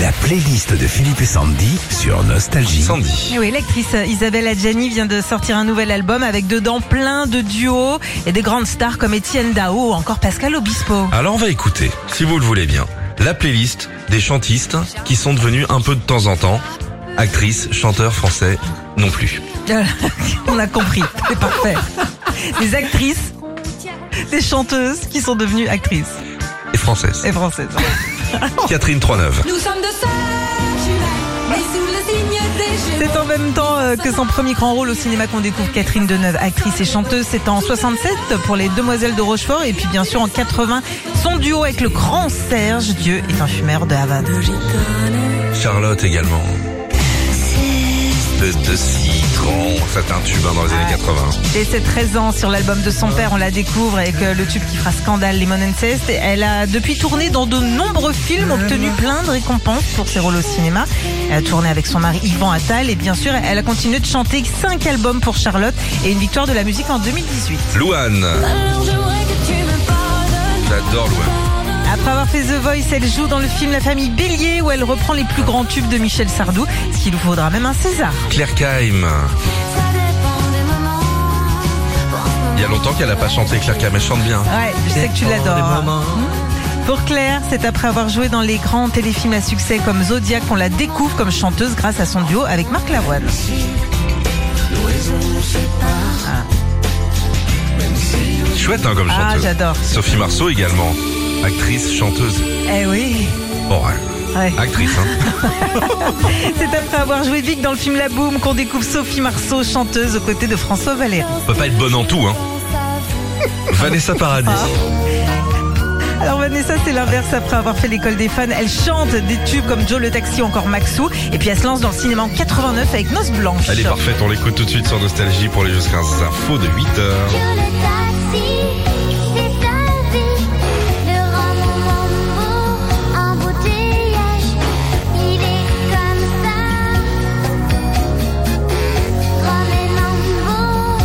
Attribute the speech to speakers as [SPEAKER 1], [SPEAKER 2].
[SPEAKER 1] La playlist de Philippe et Sandy sur Nostalgie.
[SPEAKER 2] Sandy.
[SPEAKER 3] Oui, l'actrice Isabelle Adjani vient de sortir un nouvel album avec dedans plein de duos et des grandes stars comme Étienne Dao ou encore Pascal Obispo.
[SPEAKER 2] Alors on va écouter, si vous le voulez bien, la playlist des chantistes qui sont devenus un peu de temps en temps actrices, chanteurs français non plus.
[SPEAKER 3] Euh, On a compris, c'est parfait. Des actrices, des chanteuses qui sont devenues actrices
[SPEAKER 2] Et françaises.
[SPEAKER 3] et françaises.
[SPEAKER 2] Catherine Troisneuve.
[SPEAKER 4] Nous sommes de sœurs jumelles, mais sous le signe des Gémeaux.
[SPEAKER 3] C'est en même temps euh, que son premier grand rôle au cinéma qu'on découvre Catherine Deneuve, actrice et chanteuse. C'est en 67 pour les Demoiselles de Rochefort et puis bien sûr en 80 son duo avec le grand Serge Dieu est un fumeur de Havane.
[SPEAKER 2] Charlotte également. Espèce de citron. Ça t'es un tube hein, dans les années 80.
[SPEAKER 3] Dès ses 13 ans, sur l'album de son père, on la découvre avec euh, le tube qui fera scandale, Lemon and Zest. Elle a depuis tourné dans de nombreux films, obtenu plein de récompenses pour ses rôles au cinéma. Elle a tourné avec son mari Yvan Attal et bien sûr, elle a continué de chanter 5 albums pour Charlotte et une victoire de la musique en 2018.
[SPEAKER 2] Louane.
[SPEAKER 4] Alors j'aimerais que tu me pardonnes.
[SPEAKER 2] J'adore Louane.
[SPEAKER 3] Après avoir fait The Voice, elle joue dans le film La famille Bélier où elle reprend les plus grands tubes de Michel Sardou, ce qui lui vaudra même un César.
[SPEAKER 2] Claire Kaim.
[SPEAKER 4] Ça dépend des moments. Pour ce moment,
[SPEAKER 2] Il y a longtemps qu'elle n'a pas chanté Claire Kaim, elle chante bien.
[SPEAKER 3] Ouais, je sais que tu l'adores. hein. Pour Claire, c'est après avoir joué dans les grands téléfilms à succès comme Zodiac qu'on la découvre comme chanteuse grâce à son duo avec Marc Lavoine.
[SPEAKER 2] Chouette hein, comme
[SPEAKER 3] Ah,
[SPEAKER 2] chanteuse.
[SPEAKER 3] j'adore.
[SPEAKER 2] Sophie Marceau également. Actrice, chanteuse.
[SPEAKER 3] Eh oui.
[SPEAKER 2] Bon, ouais.
[SPEAKER 3] Ouais.
[SPEAKER 2] actrice. Hein.
[SPEAKER 3] C'est après avoir joué Vic dans le film La Boum qu'on découvre Sophie Marceau, chanteuse aux côtés de François Valéry.
[SPEAKER 2] On peut pas être bonne en tout. Hein. Vanessa Paradis.
[SPEAKER 3] Alors Vanessa, c'est l'inverse. Après avoir fait l'école des fans, elle chante des tubes comme Joe le Taxi ou encore Maxou. Et puis elle se lance dans le cinéma en 89 avec Noce Blanche.
[SPEAKER 2] Elle est parfaite, on l'écoute tout de suite sur Nostalgie pour les jusqu'à infos de 8h.
[SPEAKER 4] que le taxi, c'est ta vie. Le rang moment beau, embouteillage, il est comme ça. Rome et Mambo.